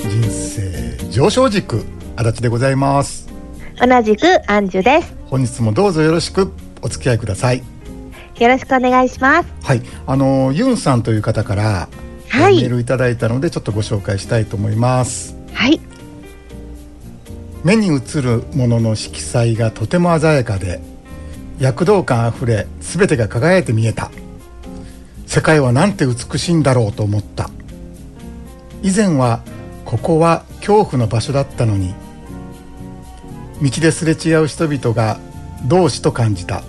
せー上昇軸足立でございます同じくアンジュです。本日もどうぞよろしくお付き合いくださいよろしくお願いします。はいあのユンさんという方から、はいメールいただいたのでちょっとご紹介したいと思いますはい。目に映るものの色彩がとても鮮やかで躍動感あふれ全てが輝いて見えた世界はなんて美しいんだろうと思った以前はここは恐怖の場所だったのに道ですれ違う人々が同志と感じた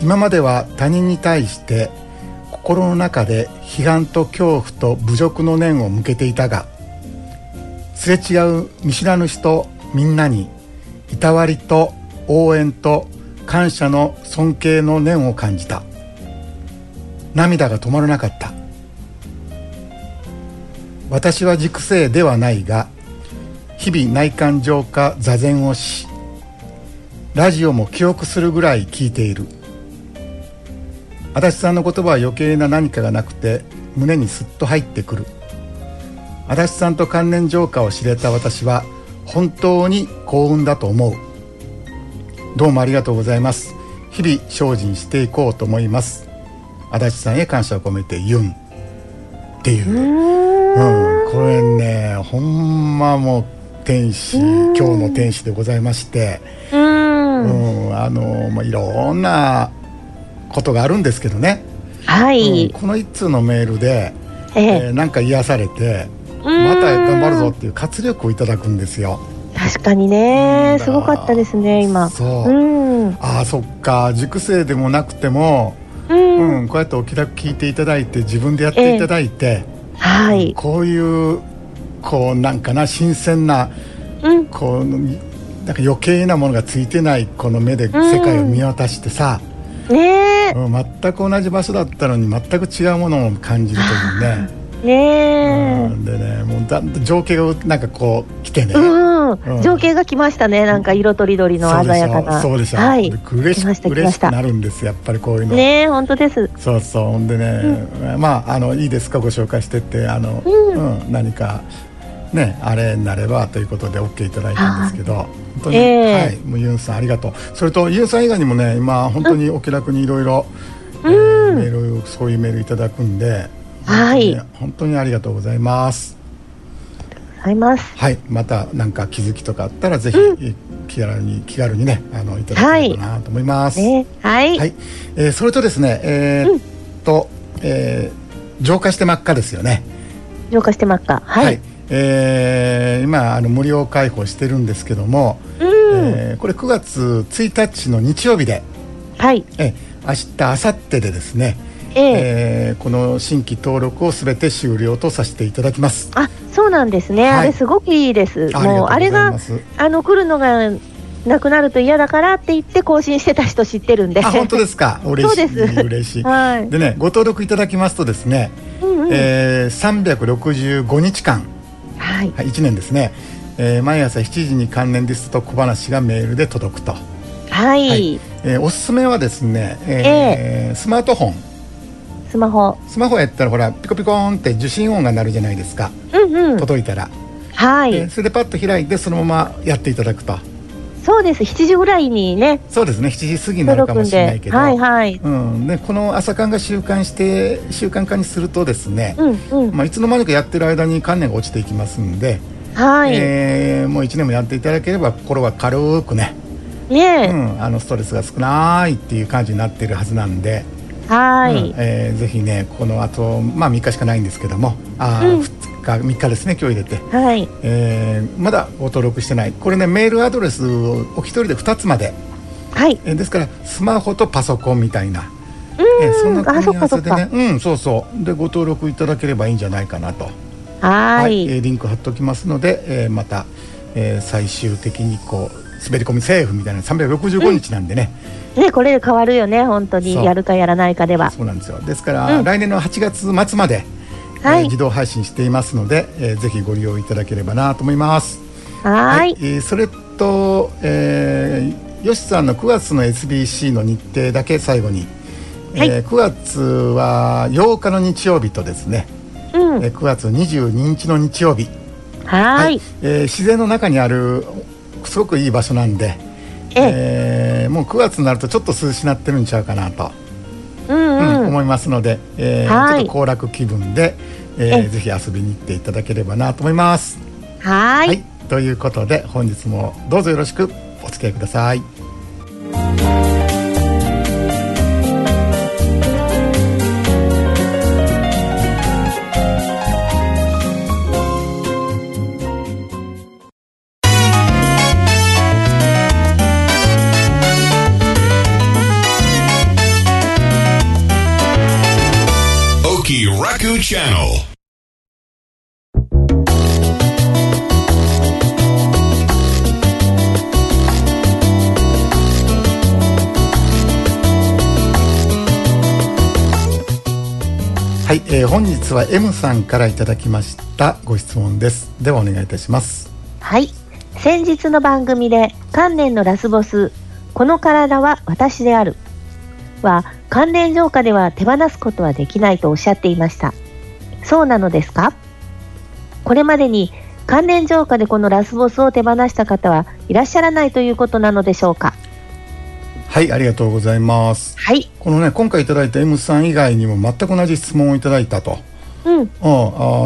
今までは他人に対して心の中で批判と恐怖と侮辱の念を向けていたがすれ違う見知らぬ人みんなにいたわりと応援と感謝の尊敬の念を感じた涙が止まらなかった私は熟成ではないが日々内観浄化座禅をしラジオも記憶するぐらい聞いている足立さんの言葉は余計な何かがなくて胸にすっと入ってくる足立さんと関連浄化を知れた私は本当に幸運だと思うどうもありがとうございます日々精進していこうと思います足立さんへ感謝を込めてユンっていううん、これねほんまもう天使今日の天使でございましてうー。うんんあの、まあ、いろんなことがあるんですけどね、はうんい。この一通のメールで、えええ。ーなんか癒されてんまた頑張るぞっていう活力をいただくんですよ。確かにうねん、すごかったですね、今。そううん。うん。ああそっか熟成でもなくても、うんこうやってお気楽聞いていただいて自分でやっていただいて、はい。こういうこうなんかな新鮮なうん。こうなんか余計なものがついてないこの目で世界を見渡してさ、ねうん全く同じ場所だったのに全く違うものを感じるというね。え。ねうん、でねもうだんだん情景がなんかこう来てね。え。うんうん。情景が来ましたね、なんか色とりどりのそうで鮮しやかょな。そうでしょ、はい。で嬉し来ました来嬉まししくたなるんですやっぱりこういうの、ねえ、本当です。そうそうほんでね、まああのいいですかご紹介してってあの、うんうん何かねあれになればということで OK いただいたんですけど本当に、ええはいもうユンさんありがとうそれとユンさん以外にもね今本当にお気楽にいろいろメールそういうメールいただくんではい本当に本当にありがとうございますあります。はいまたなんか気づきとかあったらぜひ、気軽に気軽にねあのいただければなと思います、ねえ。はい。はい、えーそれとですね、えーっと、えー浄化して真っ赤ですよね。浄化して真っ赤。はい。えー今あの無料開放してるんですけども、えーこれ9月1日の日曜日で、はい。えー明日明後日でですね、えええーこの新規登録をすべて終了とさせていただきます。あ、そうなんですね。はいあれすごくいいです。ありがとうもうござあいれがますあの来るのがなくなると嫌だからって言って更新してた人知ってるんで。あ本当ですか嬉しいそうです嬉しい、はいでねご登録いただきますとですね、うんうんえー365日間 はい。はい、1年ですね、えー毎朝7時に関連リストと小話がメールで届くと、ははい。えーおすすめはですね、えースマートフォンスマホ。スマホやったらほらピコピコーンって受信音が鳴るじゃないですかうんうん。届いたら、はえーい。それでパッと開いてそのままやっていただくとそうです。7時ぐらいにねそうですね7時過ぎになる届かくもんしれないで。けど、はいはい。うん、でこの朝刊が習慣して習慣化にするとですね、うんうん。まあ、いつの間にかやってる間に観念が落ちていきますんで、はい。えーもう1年もやっていただければ心は軽くねうねん、あのストレスが少ないっていう感じになってるはずなんで、え。はうんい。えーぜひねこのあと、まあ、3日しかないんですけどもあ、うん2日3日ですね今日入れて、はい。えーまだご登録してないこれねメールアドレスをお一人で2つまで、はい。えーですからスマホとパソコンみたいな、えーそんな組あそっみ合わかそせっでか。はねうんそうそうでご登録いただければいいんじゃないかなと。い。えーリンク貼っときますので、えーまた、えー最終的にこう滑り込みセーフみたいな365日なんでね、ねこれ変わるよね本そ当うにやるかやらないかでは。そうなんですよですから、うん来年の8月末まで、はえーい自動配信していますので、えーぜひご利用いただければなと思いますはーい。えーそれと、えー、よしさんの9月の SBC の日程だけ最後に、えーは9月は8日の日曜日とですね、うん。えー9月22日の日曜日、はーい。えー自然の中にあるすごくいい場所なんで、ええ、えーもう9月になるとちょっと涼しなってるんちゃうかなと、ううんんうん。思いますので、えーはいちょっと行楽気分で、えーえぜひ遊びに行っていただければなと思います。ははーいい。、ということで本日もどうぞよろしくお付き合いください。 Oki Raku Channel. はい、えー本日は M さんからいただきましたご質問です。ではお願いいたします。はい。先日の番組で、観念のラスボス、この体は私である。は、関連浄化では手放すことはできないとおっしゃっていました。そうなのですかこれまでに、関連浄化でこのラスボスを手放した方はいらっしゃらないということなのでしょうかはい、ありがとうございます。はい。このね今回いただいた M さん以外にも全く同じ質問をいただいたと、うん。うん、あ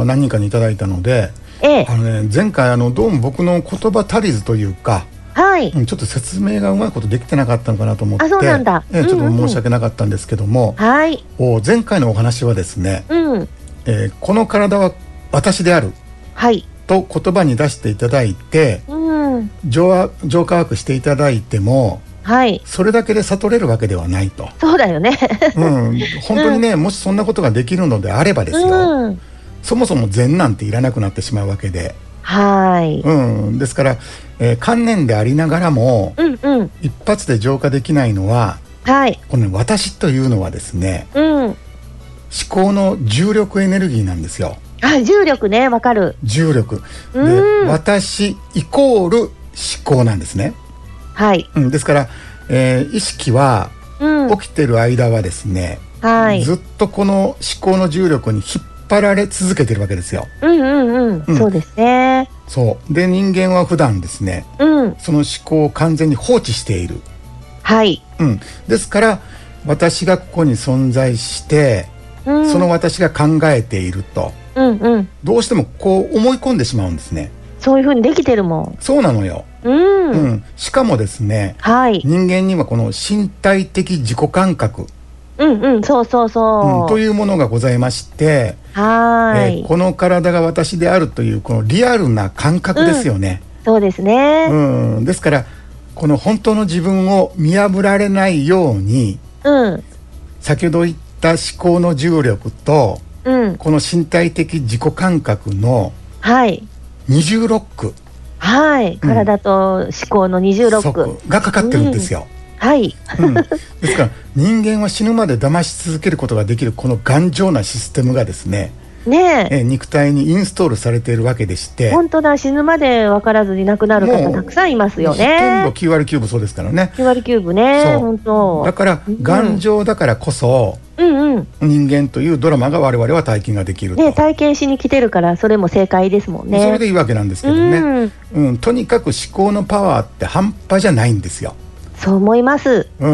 ー何人かにいただいたのでええあ。の、ね、前回あのどうも僕の言葉足りずというか、はい。うん、ちょっと説明がうまいことできてなかったのかなと思ってあそうなんだええうんちうょんっと申し訳なかったんですけども、はい。お前回のお話はですね、うん。えーこの体は私であるはい。と言葉に出していただいてうん。浄化浄化枠していただいてもはい。それだけで悟れるわけではないと、そうだよね。うん、本当にね、もしそんなことができるのであればです よ、うん。そもそも禅なんていらなくなってしまうわけで、はい。うん、ですから、えー観念でありながらもうんうん。一発で浄化できないのははい。この、ね、私というのはですねうん。思考の重力エネルギーなんですよあ、重力ね、わかる。重力でうん私イコール思考なんですね、はい。うん、ですから、えー意識はうん。起きてる間はですね、はい。ずっとこの思考の重力に引っ張られ続けてるわけですようんうんううんん。そうですね。そうで人間は普段ですねうん。その思考を完全に放置しているはい。うん、ですから私がここに存在して、うん。その私が考えているとうんうん。どうしてもこう思い込んでしまうんですねそういうふうにできてるもそうなのよ、ん。う。うんん、しかもですねはい。人間にはこの身体的自己感覚、うんうん。そうそううん、そとう。いうものがございまして、はえーい。この体が私であるというこのリアルな感覚ですよね、そうですうね。んですからこの本当の自分を見破られないようにうん。先ほど言った思考の重力とうん。この身体的自己感覚のはい。二重ロックはい。体と思考の二重ロック。そこがかかってるんですよ、はい。うんですから人間は死ぬまで騙し続けることができるこの頑丈なシステムがですね、ねえ。えー肉体にインストールされているわけでして本当だ死ぬまで分からずに亡くなる方たくさんいますよほとんねど9割9分そうですからね9割キューブねそう本当だからうん頑丈だからこそうんうん人間というドラマが我々は体験ができると、ね体験しに来てるからそれも正解ですもんねそれでいいわけなんですけどね、うんうん、とにかく思考のパワーって半端じゃないんですよそう思いますう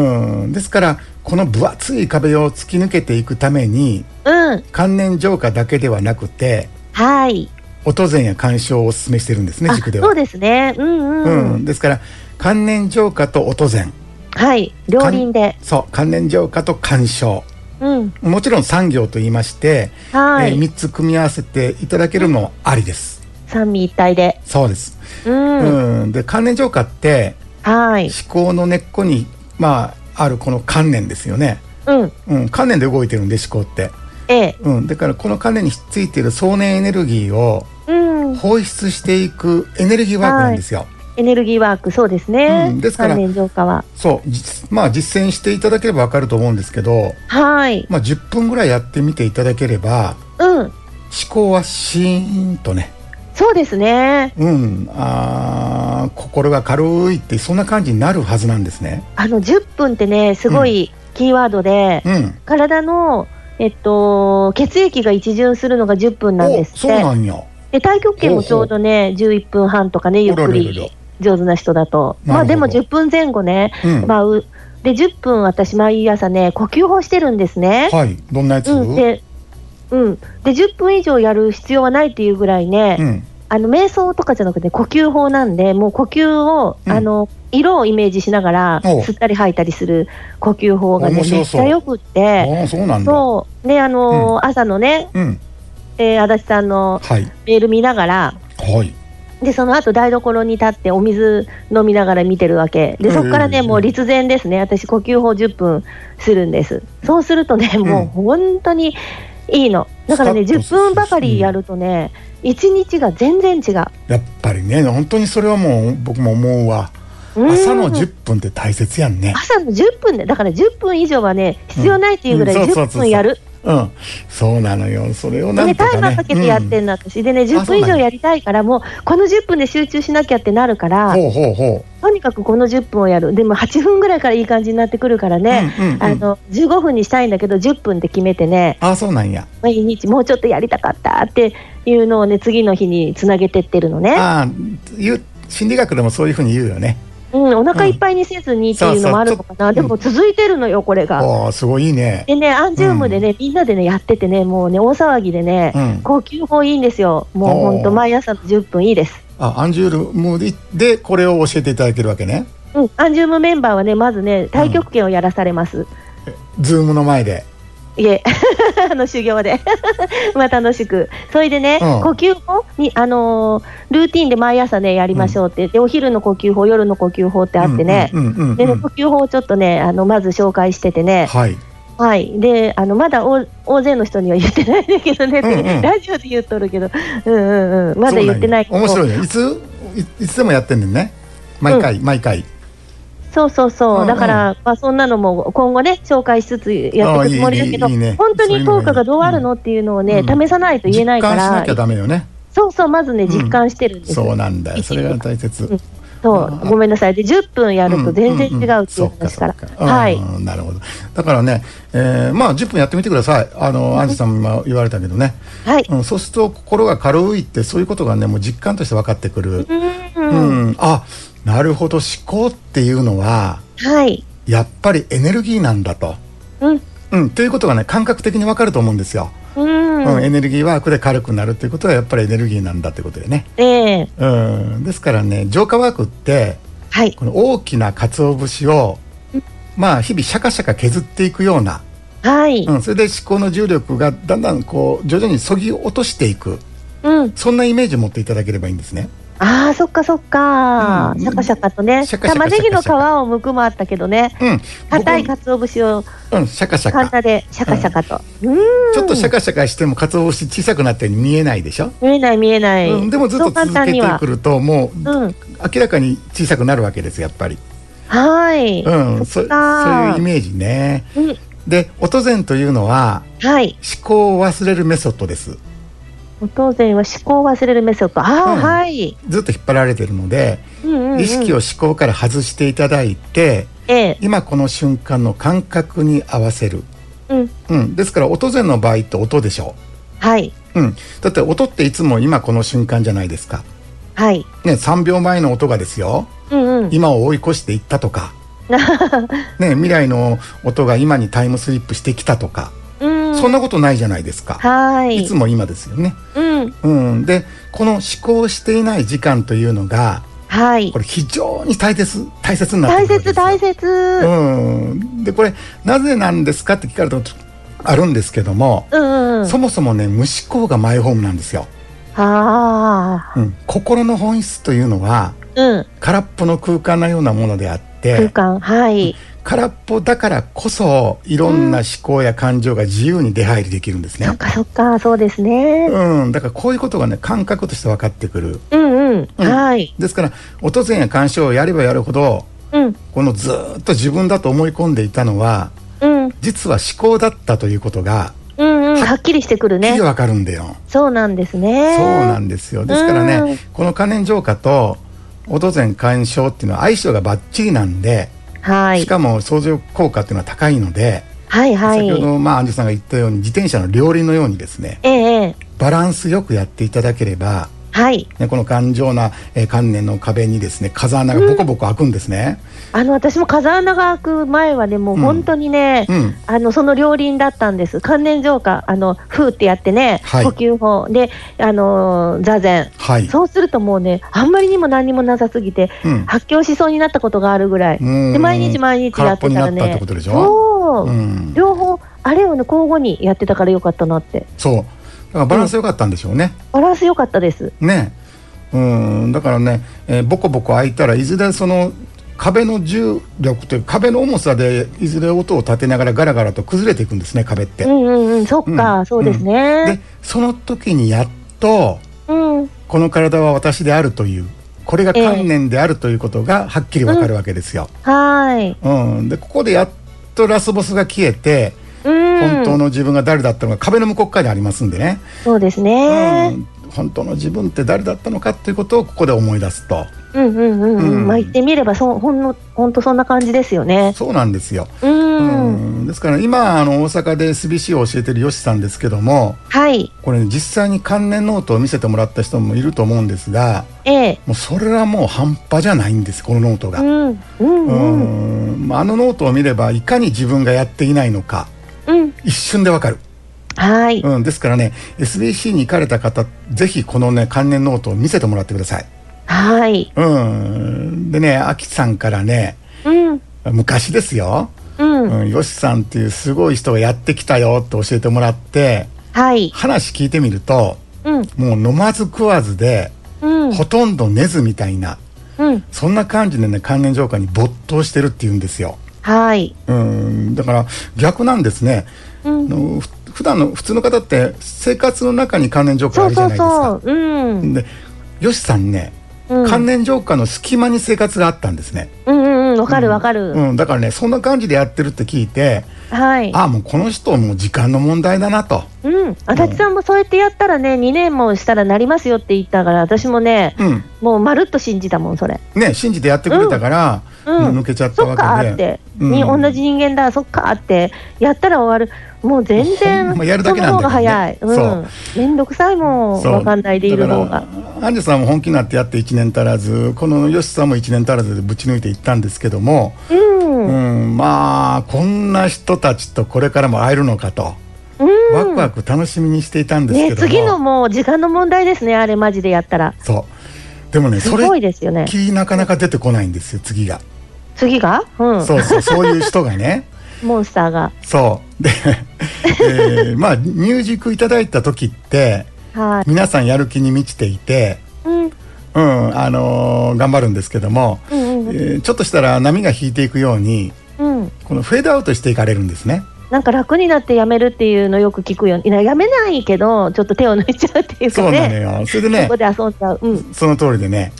ん、ですからこの分厚い壁を突き抜けていくためにうん観念浄化だけではなくてはい音禅や鑑賞をお勧めしてるんですねあ塾ではそうですねうんうん、うん、ですから観念浄化と音禅はい両輪でそう観念浄化と鑑賞うんもちろん産業と言いまして、はい、え3つ組み合わせていただけるのもありです三位一体でそうです、うん、うん、で観念浄化ってはい思考の根っこにまああるこの観念ですよね、うんうん、観念で動いてるんで思考ってええうん、だからこの金にひっついている壮年エネルギーをうん放出していくエネルギーワークなんですよ。エネルギーワークそうですね、うんですから関連浄化はそう実まあ実践していただければわかると思うんですけど、はいまあ、10分ぐらいやってみていただければうん思考はシーンとね、そうですねうん、あー心が軽いってそんな感じになるはずなんですね。あの10分ってねすごいキーワードで、うん、体のえっと、血液が一巡するのが10分なんですおっそうなて。んやで、太極拳もちょうどね、11分半とかね、ゆっくおららららり上手な人だと。まあなでるほもど10分前後ね、うん、まあ、うで、10分私毎朝ね、呼吸法してるんですね。はいどんなやつ、うん、で、うん。で、10分以上やる必要はないっていうぐらいね、うんあの、瞑想とかじゃなくて呼吸法なんで、もう呼吸を、うんあの、色をイメージしながら、お吸ったり吐いたりする呼吸法がね、面め白っそちうゃよくって、ああそうなんだそう。ね、あのー朝のね、うんえー、足立さんのはいメール見ながら、はいで、その後台所に立ってお水飲みながら見てるわけ。で、そこからええね、もう立前ですね。私、呼吸法10分するんです。そうするとね、もう本当にいいの。だからね、スカッと10分ばかりやるとね、1日が全然違う。やっぱりね本当にそれはもう僕も思うわうん朝の10分って大切やんね朝の10分で、だから10分以上はね、必要ないっていうぐらいうんそうそうそうそう10分やる。うんそうなのよそれをなでんとタイマかーねかけてやってんの、私でね10分以上やりたいからもうこの10分で集中しなきゃってなるかうんらほうほうほとにかくこの10分をやるでも8分ぐらいからいい感じになってくるからう、ね、うんうんうんあの15分にしたいんだけど10分って決めてねあそうなんや毎日もうちょっとやりたかったっていうのをね次の日につなげてってるのね、ああいう心理学でもそういうふうに言うよねうん、お腹いっぱいにせずにっていうのもあるのかな、うんそうそうちょでも続いてるのよこれが。ああすごいいいねでねアンジュームでね、みんなでねやっててねもうね大騒ぎでね、うん呼吸法いいんですよもうほんと毎朝の10分いいです。あアンジュールムーででこれを教えていただけるわけねうん、アンジュームメンバーはね、まずね、太極拳をやらされます。ズームの前でいえ、 あの修行で、 まあ楽しく。それでね、うん呼吸法に、あのールーティンで毎朝ね、やりましょうって、で、お昼の呼吸法、夜の呼吸法ってあってね、うんうんうんうんでね呼吸法をちょっとね、あのまず紹介しててね、はいはい、であのまだ大大勢の人には言ってないんだけどね、うんうんラジオで言っとるけど、うんうんうん、まだ言ってないけそうど、んや面白いねいついいつでもやってんねんね毎回、毎回そうそうそう、うんうんだから、まあ、そんなのも今後ね、紹介しつつやっていくつもりだけあど、あいいねいいね本当に効果がどうあるのっていうのをね、うん試さないと言えないか実感しならきゃ、ダメよねそうそう、まずね、実感してるんです、そうなんだよそれが大切、んそあうごめんなさい、で10分やると全然違うっていそうっか話そかっら、かはい、うんなるほどだからね、えーまあ10分やってみてくださいあのアンジュさんも今言われたけどね、はい、うん、そうすると心が軽いってそういうことがねもう実感として分かってくる、う、うんんあなるほど思考っていうのははい、やっぱりエネルギーなんだと。うん、うん、ということがね感覚的に分かると思うんですよ、うん、うんエネルギーワークで軽くなるっていうことはやっぱりエネルギーなんだってことでね、ええうん、ですからね浄化ワークってはい、この大きな鰹節を、まあ日々シャカシャカ削っていくような、はい、うん、それで思考の重力がだんだんこう徐々にそぎ落としていくうん、そんなイメージを持っていただければいいんですねああ、そっかそっか、うんシャカシャカとね、シャカシャカ玉ねぎの皮を剥くもあったけどね、うん硬い僕鰹節をうん、シャカシャ簡カ単でシャカシャカと、うん、ちょっとシャカシャカしても鰹節小さくなったように見えないでしょ、見えない見えない、うん、でもずっそとう簡続単けにてはくるともううん、明らかに小さくなるわけですやっぱりはい、うん、そそういうかイメージね。うんで、音禅というのははい、思考を忘れるメソッドです。当然は思考を忘れるメソッド、ああ、うんはい、ずっと引っ張られてるので、うんうんうん、意識を思考から外していただいて、ええ、今この瞬間の感覚に合わせる。うん、うん、ですから音禅の場合って音でしょはい、う。うん、だって音っていつも今この瞬間じゃないですか。はい、ね、3秒前の音がですようんうん、今を追い越していったと か、ね、未来の音が今にタイムスリップしてきたとか、うん、そんなことないじゃないですか、はい、いつも今ですよね。うん、うん、でこの思考していない時間というのがはいこ、れ非常に大切大切になって大くるわけ切ですよ大切、うん、でこれなぜなんですかって聞かれたことあるんですけども、うんうんうん、そもそもね無思考がマイホームなんですよ、ああ、うん、心の本質というのはうん、空っぽの空間のようなものであっ空て間、はい、空っぽだからこそいろんな思考や感情が自由に出入りできるんですそっね、かそっか、そうですね、うん、だからこういうことがね感覚として分かってくるうんうん、うんはい、ですから音前や鑑賞をやればやるほどうんこのずーっと自分だと思い込んでいたのはうん、うん実は思考だったということがうん、はっきりしてくるきりね、わかるんだよ、そうなんですね、そうなんですよですからうねんこの関連浄化と音前鑑賞っていうのは相性がバッチリなんで、はいし、かも相乗効果っていうのは高いのではいはい。先ほど、まあ、アンジュさんが言ったように自転車の両輪のようにですねええええバランスよくやっていただければ、はい。ね、この頑丈な、えー観念の壁にですね風穴がボコボコ開くんですね、あの私も風穴が開く前はね、もう本当にね、うんあのその両輪だったんです、関連浄化、あのふーってやってね、はい呼吸法で、あのー座禅、はいそうするともうね、あんまりにも何にもなさすぎて、うん発狂しそうになったことがあるぐらい、うんで毎日毎日や空ってたらっぽになったってねことでし、ょそうう、ん、両方、あれをね、交互にやってたからよかったなって、そうだからバランス良かったんでしょうね、バランス良かったです。ねうんだからね、えーボコボコ開いたらいずれその壁の重力というか壁の重さでいずれ音を立てながらガラガラと崩れていくんですね壁って、うんうんうん、そっか、うんそうですでね。その時にやっとうん、この体は私であるというこれが観念であるということがはっきりわかるわけですよ、はい。うん、でここでやっとラスボスが消えてうん、本当の自分が誰だったのか壁の向こう側にありますんでね、そうですうね。ん、本当の自分って誰だったのかということをここで思い出すとうんうんうん、ううんん、まあ言ってみればそほんの本当そんな感じですよね。そうなんですよ、う、うんん、ですから今あの大阪で SBC を教えてるよしさんですけどもはい、これ、ね、実際に関連ノートを見せてもらった人もいると思うんですがええ、もうそれはもう半端じゃないんですこのノートがう。んうんううんんまああのノートを見ればいかに自分がやっていないのかうん、一瞬でわかる、はい、うん、ですからね SBC に行かれた方ぜひこのね関連ノートを見せてもらってください、はい、うん、でねあきさんからねうん昔ですよ、うん、うん、よしさんっていうすごい人がやってきたよって教えてもらってはい、話聞いてみるとうんもう飲まず食わずでうんほとんど寝ずみたいなうん、そんな感じでね関連浄化に没頭してるっていうんですよはい、うんだから逆なんですね、うんあのふ普段の普通の方って生活の中に関連浄化そあうるじゃないそうですかそう、うん、でよしさんね、うん関連浄化の隙間に生活があったんですね、うんうんうん、わかるわかる、うん、だからねそんな感じでやってるって聞いてはい、ああもうこの人もう時間の問題だなとうん、足立さんもそうやってやったらね、2年もしたらなりますよって言ったから、私もね、うんもうまるっと信じたもん、それ。ね信じてやってくれたから、うん抜けちゃったそっかわけーっでて、にうん同じ人間だそっかーってやったら終わるもう全ほ然ん まやるだけなんだけどねその方が早い、うん、めんどくさいもんそうわかんないでいるだ方がからアンジュさんも本気になってやって1年足らずこのよしさんも1年足らずでぶち抜いていったんですけども、うんうんうん、まあこんな人たちとこれからも会えるのかと、ワクワク楽しみにしていたんですけねども、次のもう時間の問題ですねあれマジでやったらそうでもねすそれごいですよねっきりなかなか出てこないんですよ次が、次がうんそうそうそういう人がねモンスターがそう で、えーまあ入塾いただいた時ってはい皆さんやる気に満ちていてううんんあのー頑張るんですけども、うんうんえーちょっとしたら波が引いていくようにうんこのフェードアウトしていかれるんですねなんか楽になってやめるっていうのよく聞くよいややめないけどちょっと手を抜いちゃうっていうそかうなのねよそれでそねこで遊んじゃううんその通りでね、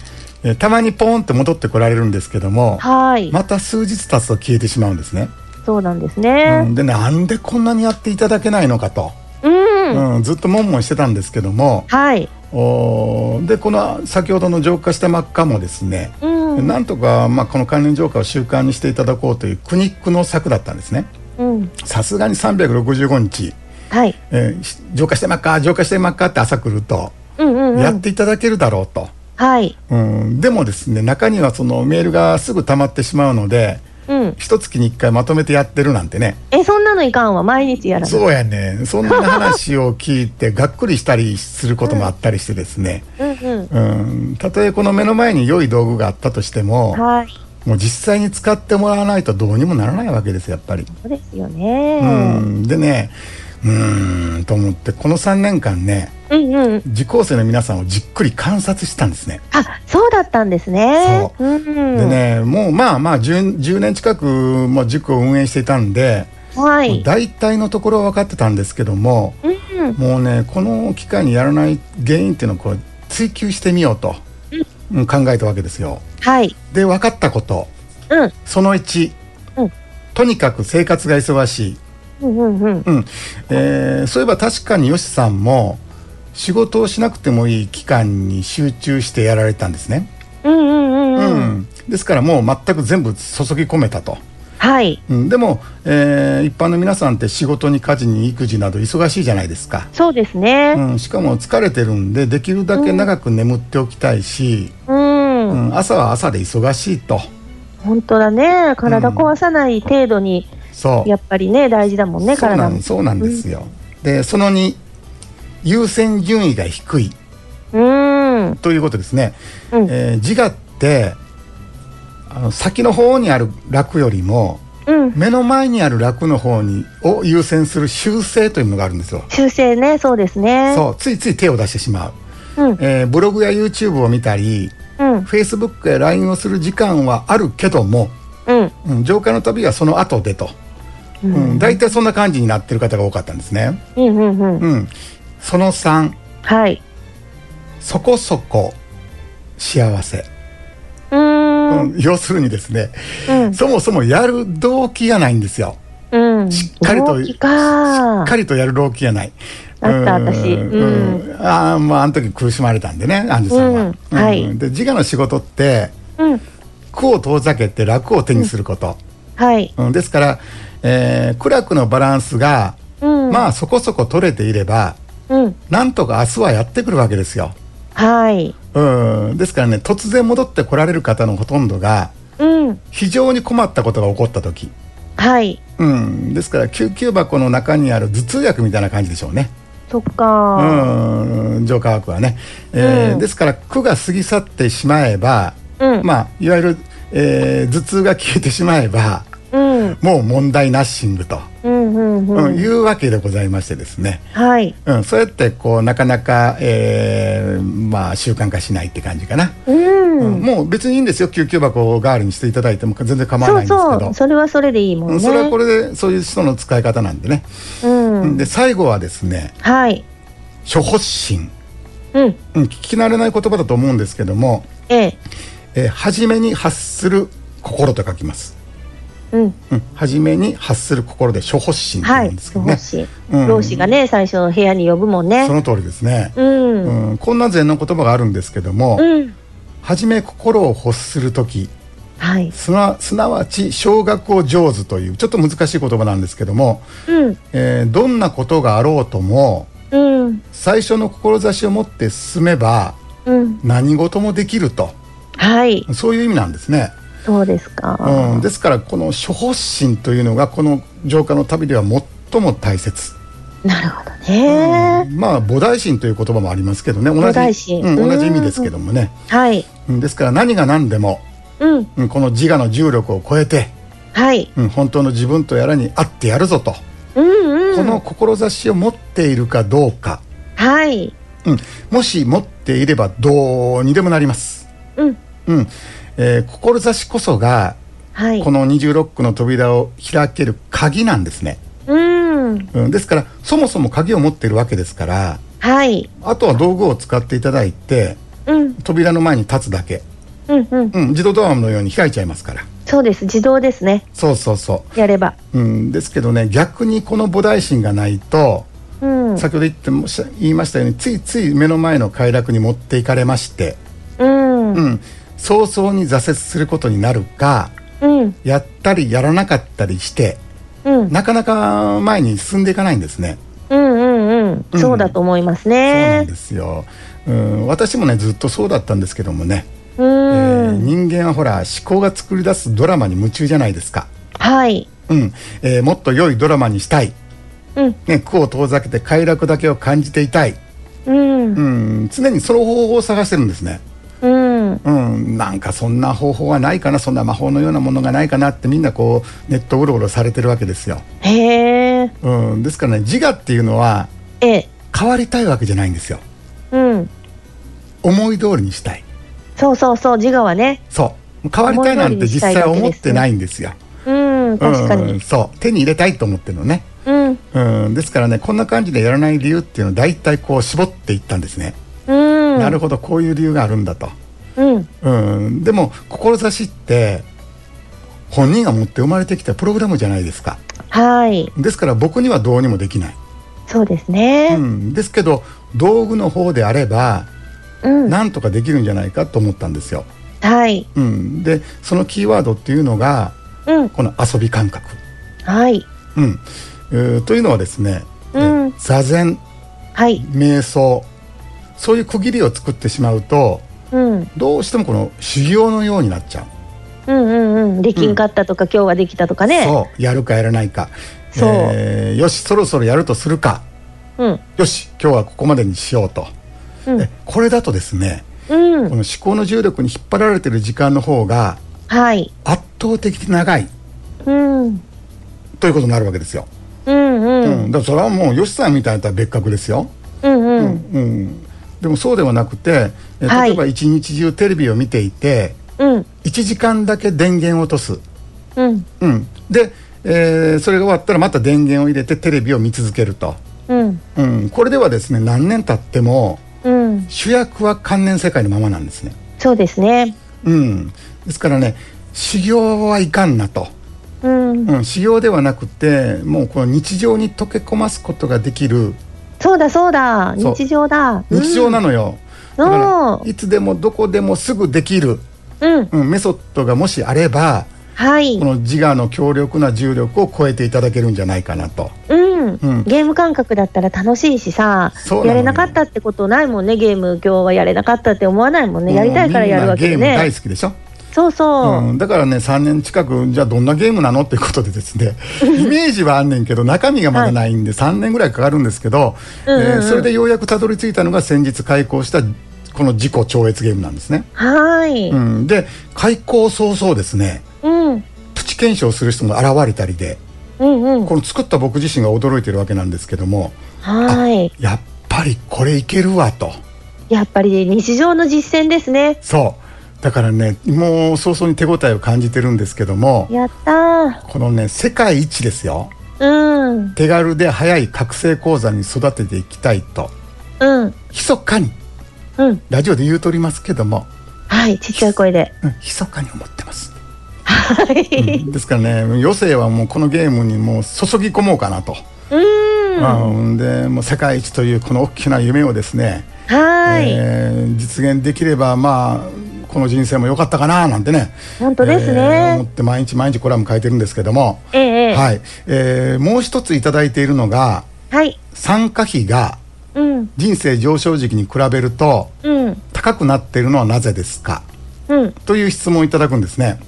えーたまにポーンって戻ってこられるんですけども、はい、また数日経つと消えてしまうんですね。そうなんですねうん、でなんでこんなにやっていただけないのかと、うんうん、ずっと悶々してたんですけども、はい。おーでこの先ほどの浄化した真っ赤もですね、うん。なんとか、まあ、この関連浄化を習慣にしていただこうという苦肉の策だったんですね。うん。さすがに365日、はい。えーし浄化して真っ赤浄化して真っ赤って朝来ると、うんうんうやっん。ていただけるだろうと。はい。うん、でもですね中にはそのメールがすぐ溜まってしまうのでうん。一月に1回まとめてやってるなんてねえ、そんなのいかんわ。毎日 やらない。そうやねそんな話を聞いてがっくりしたりすることもあったりしてですね、うんうん。うん、たとえこの目の前に良い道具があったとしてもはい。もう実際に使ってもらわないとどうにもならないわけですやっぱり。そうですようね。ん、でねうーんと思ってこの3年間ねうんうん。受講生の皆さんをじっくり観察したんですね。あ、そうだったんですね。そううでん。ねもうまあまあ 10, 10年近く、まあ、塾を運営していたんで、はもうい。大体のところは分かってたんですけども、うん。もうねこの機会にやらない原因っていうのをこう追求してみようと、うん、考えたわけですよ。はい。で分かったことうん。その1、うんとにかく生活が忙しい、うんうんうん。うんえーそういえば確かによしさんも仕事をしなくてもいい期間に集中してやられたんですね。うんうんうんううん。ん、ですからもう全く全部注ぎ込めたと。はい。うん、でも、えー一般の皆さんって仕事に家事に育児など忙しいじゃないですか、そうですね。うん、しかも疲れてるんでできるだけ長く眠っておきたいし、うん。うん、朝は朝で忙しいと本当だね。体壊さない程度に、そうやっぱりね、大事だもんね、そう体なもん。そうなんですよ、でその2優先順位が低いうん。うん。ということですね、うん。えー自我ってあの先の方にある楽よりも目の前にある楽の方にを優先する修正というものがあるんですよ修正ね、そうですね。そうついつい手を出してしまう、うん。えーブログや YouTube を見たりうん。 Facebook や LINE をする時間はあるけども、うん。うん、浄化の旅はその後でと、うん、大体そんな感じになってる方が多かったんですね、うん。うん。うん。うん、その3はい。そこそこ幸せ、うー。うんん、要するにですねうん。そもそもやる動機がないんですようん。しっかりと動機かしっかりとや私やないあったうん私うんうんああまああの時苦しまれたんでねアンジュさんは、うんはいで自我の仕事ってうん。苦を遠ざけて楽を手にすること、はい。うんですから、えー苦楽のバランスが、うん。まあそこそこ取れていればうん。なんとか明日はやってくるわけですよ、はい。うん、ですからね突然戻ってこられる方のほとんどがうん。非常に困ったことが起こった時、はい。うん、ですから救急箱の中にある頭痛薬みたいな感じでしょうねそっか。うん、浄化枠はね、えーうんですから苦が過ぎ去ってしまえば、うんまあいわゆる、えー頭痛が消えてしまえばうん。もう問題ナッシングと、うん。うん。うんうん。いうわけでございましてですね、はい。うん、そうやってこうなかなか、えーまあ、習慣化しないって感じかな、うん。うんもう別にいいんですよ救急箱を代わりにしていただいても全然構わそないうんですけどそう。それはそれでいいもんうね。んそれはこれでそういう人の使い方なんでね、うん。で最後はですねはい。諸発心うん。うん、聞き慣れない言葉だと思うんですけども、ええ。えー初めに発する心と書きます。うん。うん、初めに発する心で諸発心っては言うんい。ですけどね。老子うん老子がね、最初の部屋に呼ぶもんねそ。の通りですね、うん。うん。うんこんな禅の言葉があるんですけども、初め心を欲する時はい。すなすなわち小学を上手というちょっと難しい言葉なんですけども、うん。えーどんなことがあろうともうん。最初の志を持って進めばうん。何事もできるとはい。そういう意味なんですね。そうですか。うん、ですからこの諸発心というのがこの浄化の旅では最も大切、なるほどね。まあ菩提心という言葉もありますけどね同菩提じ,、心うん、うん同じ意味ですけどもね、はい。うんですから何が何でも、うん。うんこの自我の重力を超えて、はい。うん本当の自分とやらにあってやるぞと、うんうこん。の志を持っているかどうか、はい。うん、もし持っていればどうにでもなります、うん。うんえー志こそがはいこ。の26区の扉を開ける鍵なんですね、うん。うん、ですからそもそも鍵を持っているわけですからはい。あとは道具を使っていただいてうん。扉の前に立つだけ、うんうん。うん、自動ドアのように開いちゃいますからそうです。自動ですね。そうそうそやれば。う、うん、ですけどね逆にこの菩提心がないとうん。先ほど言ってもし言いましたようについつい目の前の快楽に持っていかれまして、うん。う。うんん、早々に挫折することになるかうん。やったりやらなかったりしてうん。なかなか前に進んでいかないんですね。うん。うん。そうだと思いますそうなんね。ですよ、うん、私もねずっとそうだったんですけどもね、うえーん。人間はほら思考が作り出すドラマに夢中じゃないですか、はい。うんえーもっと良いドラマにしたい、うん。ね、苦を遠ざけて快楽だけを感じていたい、うん。うん、常にその方法を探してるんですね、うん。うん、なんかそんな方法はないかなそんな魔法のようなものがないかなってみんなこうネットうろうろされてるわけですよ、へえ。うん、ですからね自我っていうのはええ。変わりたいわけじゃないんですようん。思い通りにしたいそうそうそう。自我はね。そう変わりたいなんて実際思ってないんですよ。うん。確かうんに。そう手に入れたいと思ってるのね。うん。うんですからねこんな感じでやらない理由っていうのを大体こう絞っていったんですね。うん。なるほどこういう理由があるんだと。うん。うんでも志って本人が持って生まれてきたプログラムじゃないですか。はい。ですから僕にはどうにもできない。そうですうね。ん、ですけど道具の方であればうん。なんとかできるんじゃないかと思ったんですよ。はい。うん、でそのキーワードっていうのがうんこの遊び感覚、はいうんえーというのはですね、えーうん座禅はい瞑想そういう区切りを作ってしまうとうんうんどうしてもこの修行のようになっちゃう、うんうんできんかったとか、今日はできたとかねそうやるかやらないか、そうえーよしそろそろやるとするかうんよし今日はここまでにしようと、うんえこれだとですねうこのん思考の重力に引っ張られてる時間の方がはい圧倒的に長いうんうんということになるわけですよ、ううんうんんだからそれはもう吉さんみたいなのとは別格ですよ、うんうんうん、でもそうではなくてえはい例えば一日中テレビを見ていて、うん1時間だけ電源を落とす、うんうん、で、えーそれが終わったらまた電源を入れてテレビを見続けると、うんうん、これではですね何年経ってもうん主役は関連世界のままなんですね、そうですねうん、ですからね修行はいかんなと、うんうん、修行ではなくてもうこの日常に溶け込ますことができるそうだそうだそう日常だ日常なのよ、うんだおかーらいつでもどこでもすぐできる、うん、うん、うん、メソッドがもしあればはいこの自我の強力な重力を超えていただけるんじゃないかなと。うん、うんゲーム感覚だったら楽しいしさそうなのよやれなかったってことないもんねゲーム今日はやれなかったって思わないもんねやりたいからやるわけでみんなゲームね大好きでしょ、そうそう、うん、だからね3年近くじゃあどんなゲームなのっていうことでですねイメージはあんねんけど中身がまだないんで3年ぐらいかかるんですけど、うんうんうんえーそれでようやくたどり着いたのが先日開講したこの自己超越ゲームなんですね、はーい、うん、で開講早々ですねうん、うんプチ検証する人も現れたりでうんこの作った僕自身が驚いてるわけなんですけどもはーいやっぱりこれいけるわと。やっぱり日常の実践ですねそうだからねもう早々に手応えを感じてるんですけどもやったーこのね世界一ですようん手軽で早い覚醒講座に育てていきたいとうん密かにうんラジオで言うとりますけども、はいちっちゃい声でうん、密かに思ってます、はいですからね余生はもうこのゲームにもう注ぎ込もうかなと、うんはうん、でもう世界一というこの大きな夢をですね、ーい、えー実現できればまあこの人生も良かったかななんてね本当ですねえー思って毎日毎日コラム書いてるんですけども、ええはいえーもう一ついただいているのがはい参加費がうん人生上昇時期に比べるとうん高くなっているのはなぜですかうんという質問をいただくんですね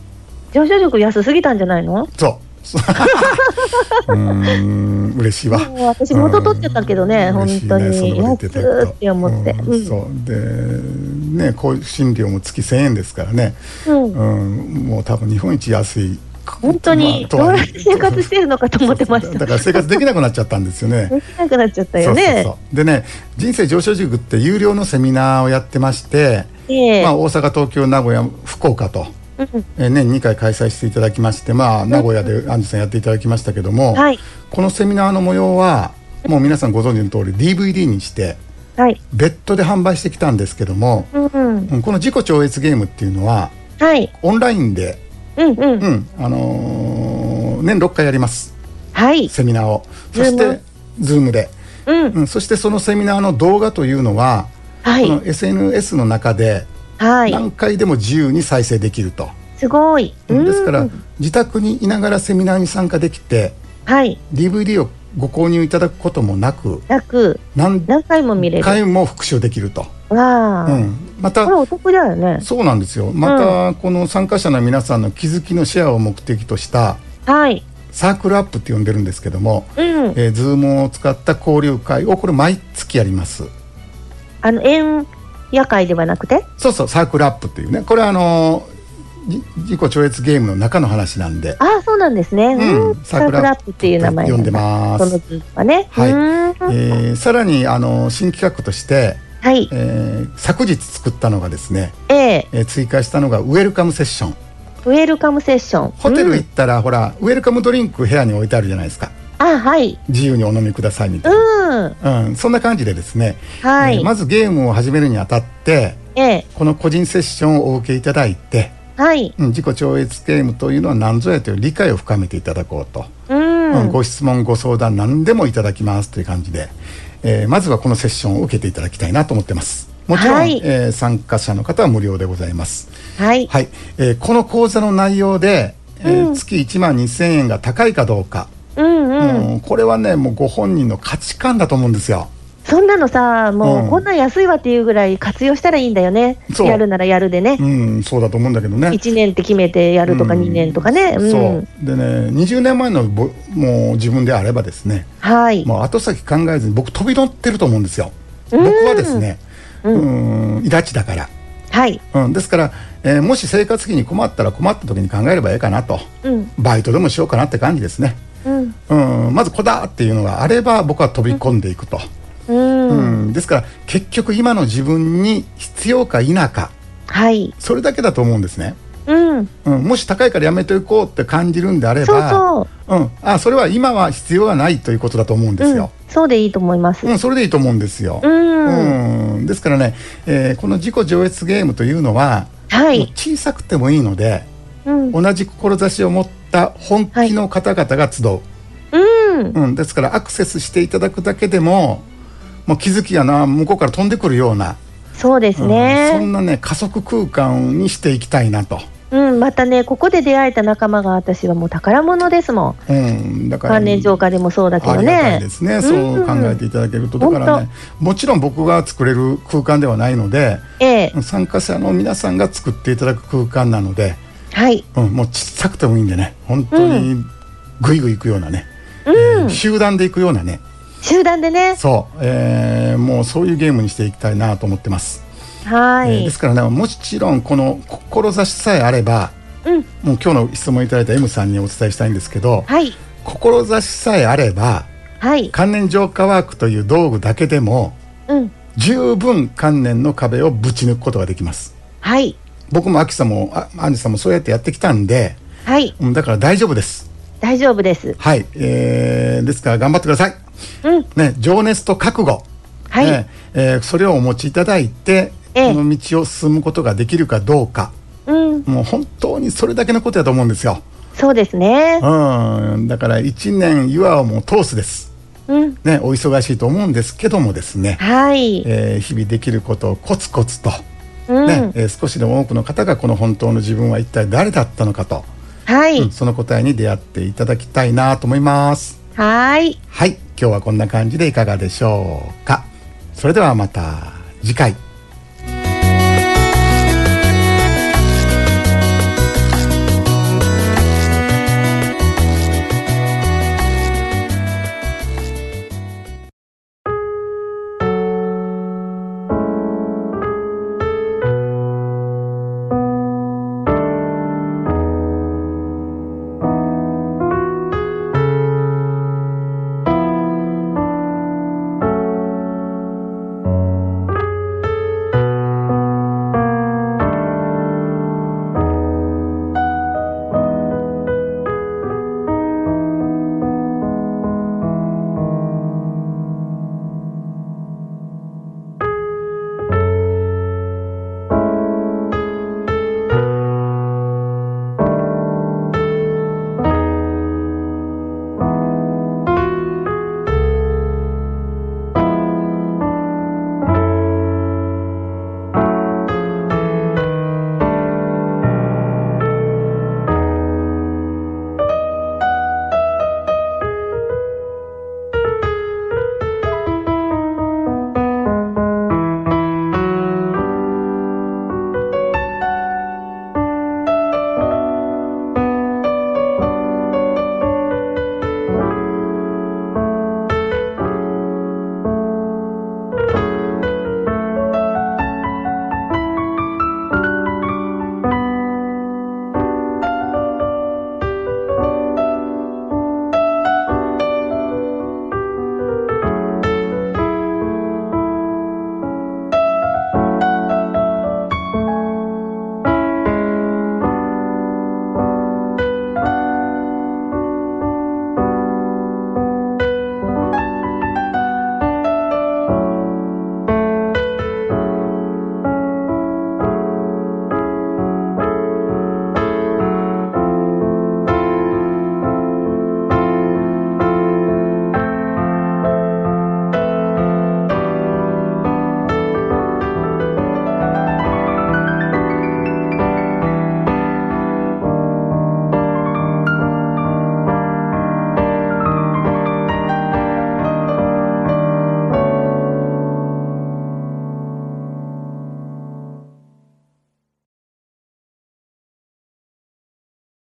上昇力安すぎたんじゃないの そう。うーん嬉しいわ。もう私元取っちゃったけどねうん本当に嬉しいねそんなこと言ただくと安っって思ってうんうんそうでねこう診料も月1000円ですからね。うんうんもう多分日本一安い。本当にまあどうやって生活してるのかと思ってましだたから生活できなくなっちゃったんですよね。できなくなっちゃったよそうそうねそうでね人生上昇塾って有料のセミナーをやってまして、ええまあ、大阪東京名古屋福岡と、うんえー年2回開催していただきまして、まあ、名古屋でアンジュさんやっていただきましたけども、はいこのセミナーの模様はもう皆さんご存知の通り DVD にしてはい別途で販売してきたんですけども、うんうんうんこの自己超越ゲームっていうのははいオンラインで、うんうんうんあのー年6回やりますはいセミナーをそして Zoom で。うんうん、そしてそのセミナーの動画というのは、はこいの SNS の中ではい何回でも自由に再生できると、すごいうんですから自宅にいながらセミナーに参加できてはい DVD をご購入いただくこともなく楽何何回も見れる回も復習できると、わうあん、まこれたお得だよねそうなんですよまたこの参加者の皆さんの気づきのシェアを目的としたはいサークルアップって呼んでるんですけども、うんえー、Zoom を使った交流会をこれ毎月やります。あの縁夜会ではなくてそうそうサークルアップっていうねこれはあのじ自己超越ゲームの中の話なんで、ああ、そうなんですね。うんうん、サークルアップっていう名前呼なんだでますこの図はね。はいうんえーさらにあの新企画として、はい。えー昨日作ったのがですね、 A、えー追加したのがウェルカムセッションウェルカムセッション。ホテルう行っんたら、ほらウェルカムドリンク部屋に置いてあるじゃないですかあ、はい。自由にお飲みくださいみたいな、うん。うん、そんな感じでですね、はえーい。まずゲームを始めるにあたって A、この個人セッションをお受けいただいて、はい。うん、自己超越ゲームというのは何ぞやという理解を深めていただこうと。ううんん。ご質問ご相談何でもいただきますという感じで、えーまずはこのセッションを受けていただきたいなと思ってますもちろん、はいえー参加者の方は無料でございますはい。はい、えーこの講座の内容で、えー月1万2000円が高いかどうか、うんうん、もうこれはねもうご本人の価値観だと思うんですよそんなのさもう、うんこんなん安いわっていうぐらい活用したらいいんだよねそうやるならやるでね、うんそうだと思うんだけどね1年って決めてやるとかうん2年とかね、うんそうでね20年前のぼもう自分であればですねはい、もう後先考えずに僕飛び乗ってると思うんですよ僕はですねうんいだちだから、はいうん、ですから、えーもし生活費に困ったら困った時に考えればいいかなとうんバイトでもしようかなって感じですねうんうんまずこだっていうのがあれば僕は飛び込んでいくと、うん、うん、ですから結局今の自分に必要か否かはいそれだけだと思うんですね、うんうん、もし高いからやめておこうって感じるんであれそうばそううん、あそれは今は必要はないということだと思うんですよ、うん、そうでいいと思いますうん、それでいいと思うんですよ、うん、うんですからね、えーこの自己上越ゲームというのは、はもうい、小さくてもいいのでうん、同じ志を持った本気の方々が集う、うん、うん、ですからアクセスしていただくだけでももう気づきやな向こうから飛んでくるような、そうですうんそんね、なね加速空間にしていきたいなと、うん、またね、ここで出会えた仲間が私はもう宝物ですもん。うん、だから関連浄化でもそうだけあどりがたいねで。すね、そう考えていただけると、だからねもちろん僕が作れる空間ではないのでええ、参加者の皆さんが作っていただく空間なので、はい、うん、もうちっさくてもいいんでね本当にぐいぐい行くようなね、えー集団で行くようなね集団でね。そう、えーもうそういうゲームにしていきたいなと思ってます、はえーいです、からねもちろんこの志さえあればうん、もう今日の質問いただいた M さんにお伝えしたいんですけどはい、志さえあればはい、関連浄化ワークという道具だけでもうん、十分観念の壁をぶち抜くことができますはい、僕もアキさんもあアンジュさんもそうやってやってきたんではい、うんだから大丈夫です大丈夫です。はい、えーですから頑張ってください、うん、ね、情熱と覚悟はいねえーそれをお持ちいただいて、ええこの道を進むことができるかどうかうん、もう本当にそれだけのことだと思うんですよ、そうですね。うん、だから1年湯はもう通すです、うん、ね、お忙しいと思うんですけどもですね、はい、えー日々できることをコツコツとうん、ねえー少しでも多くの方がこの本当の自分は一体誰だったのかと、はい、うんその答えに出会っていただきたいなと思いますはい、はい今日はこんな感じでいかがでしょうかそれではまた次回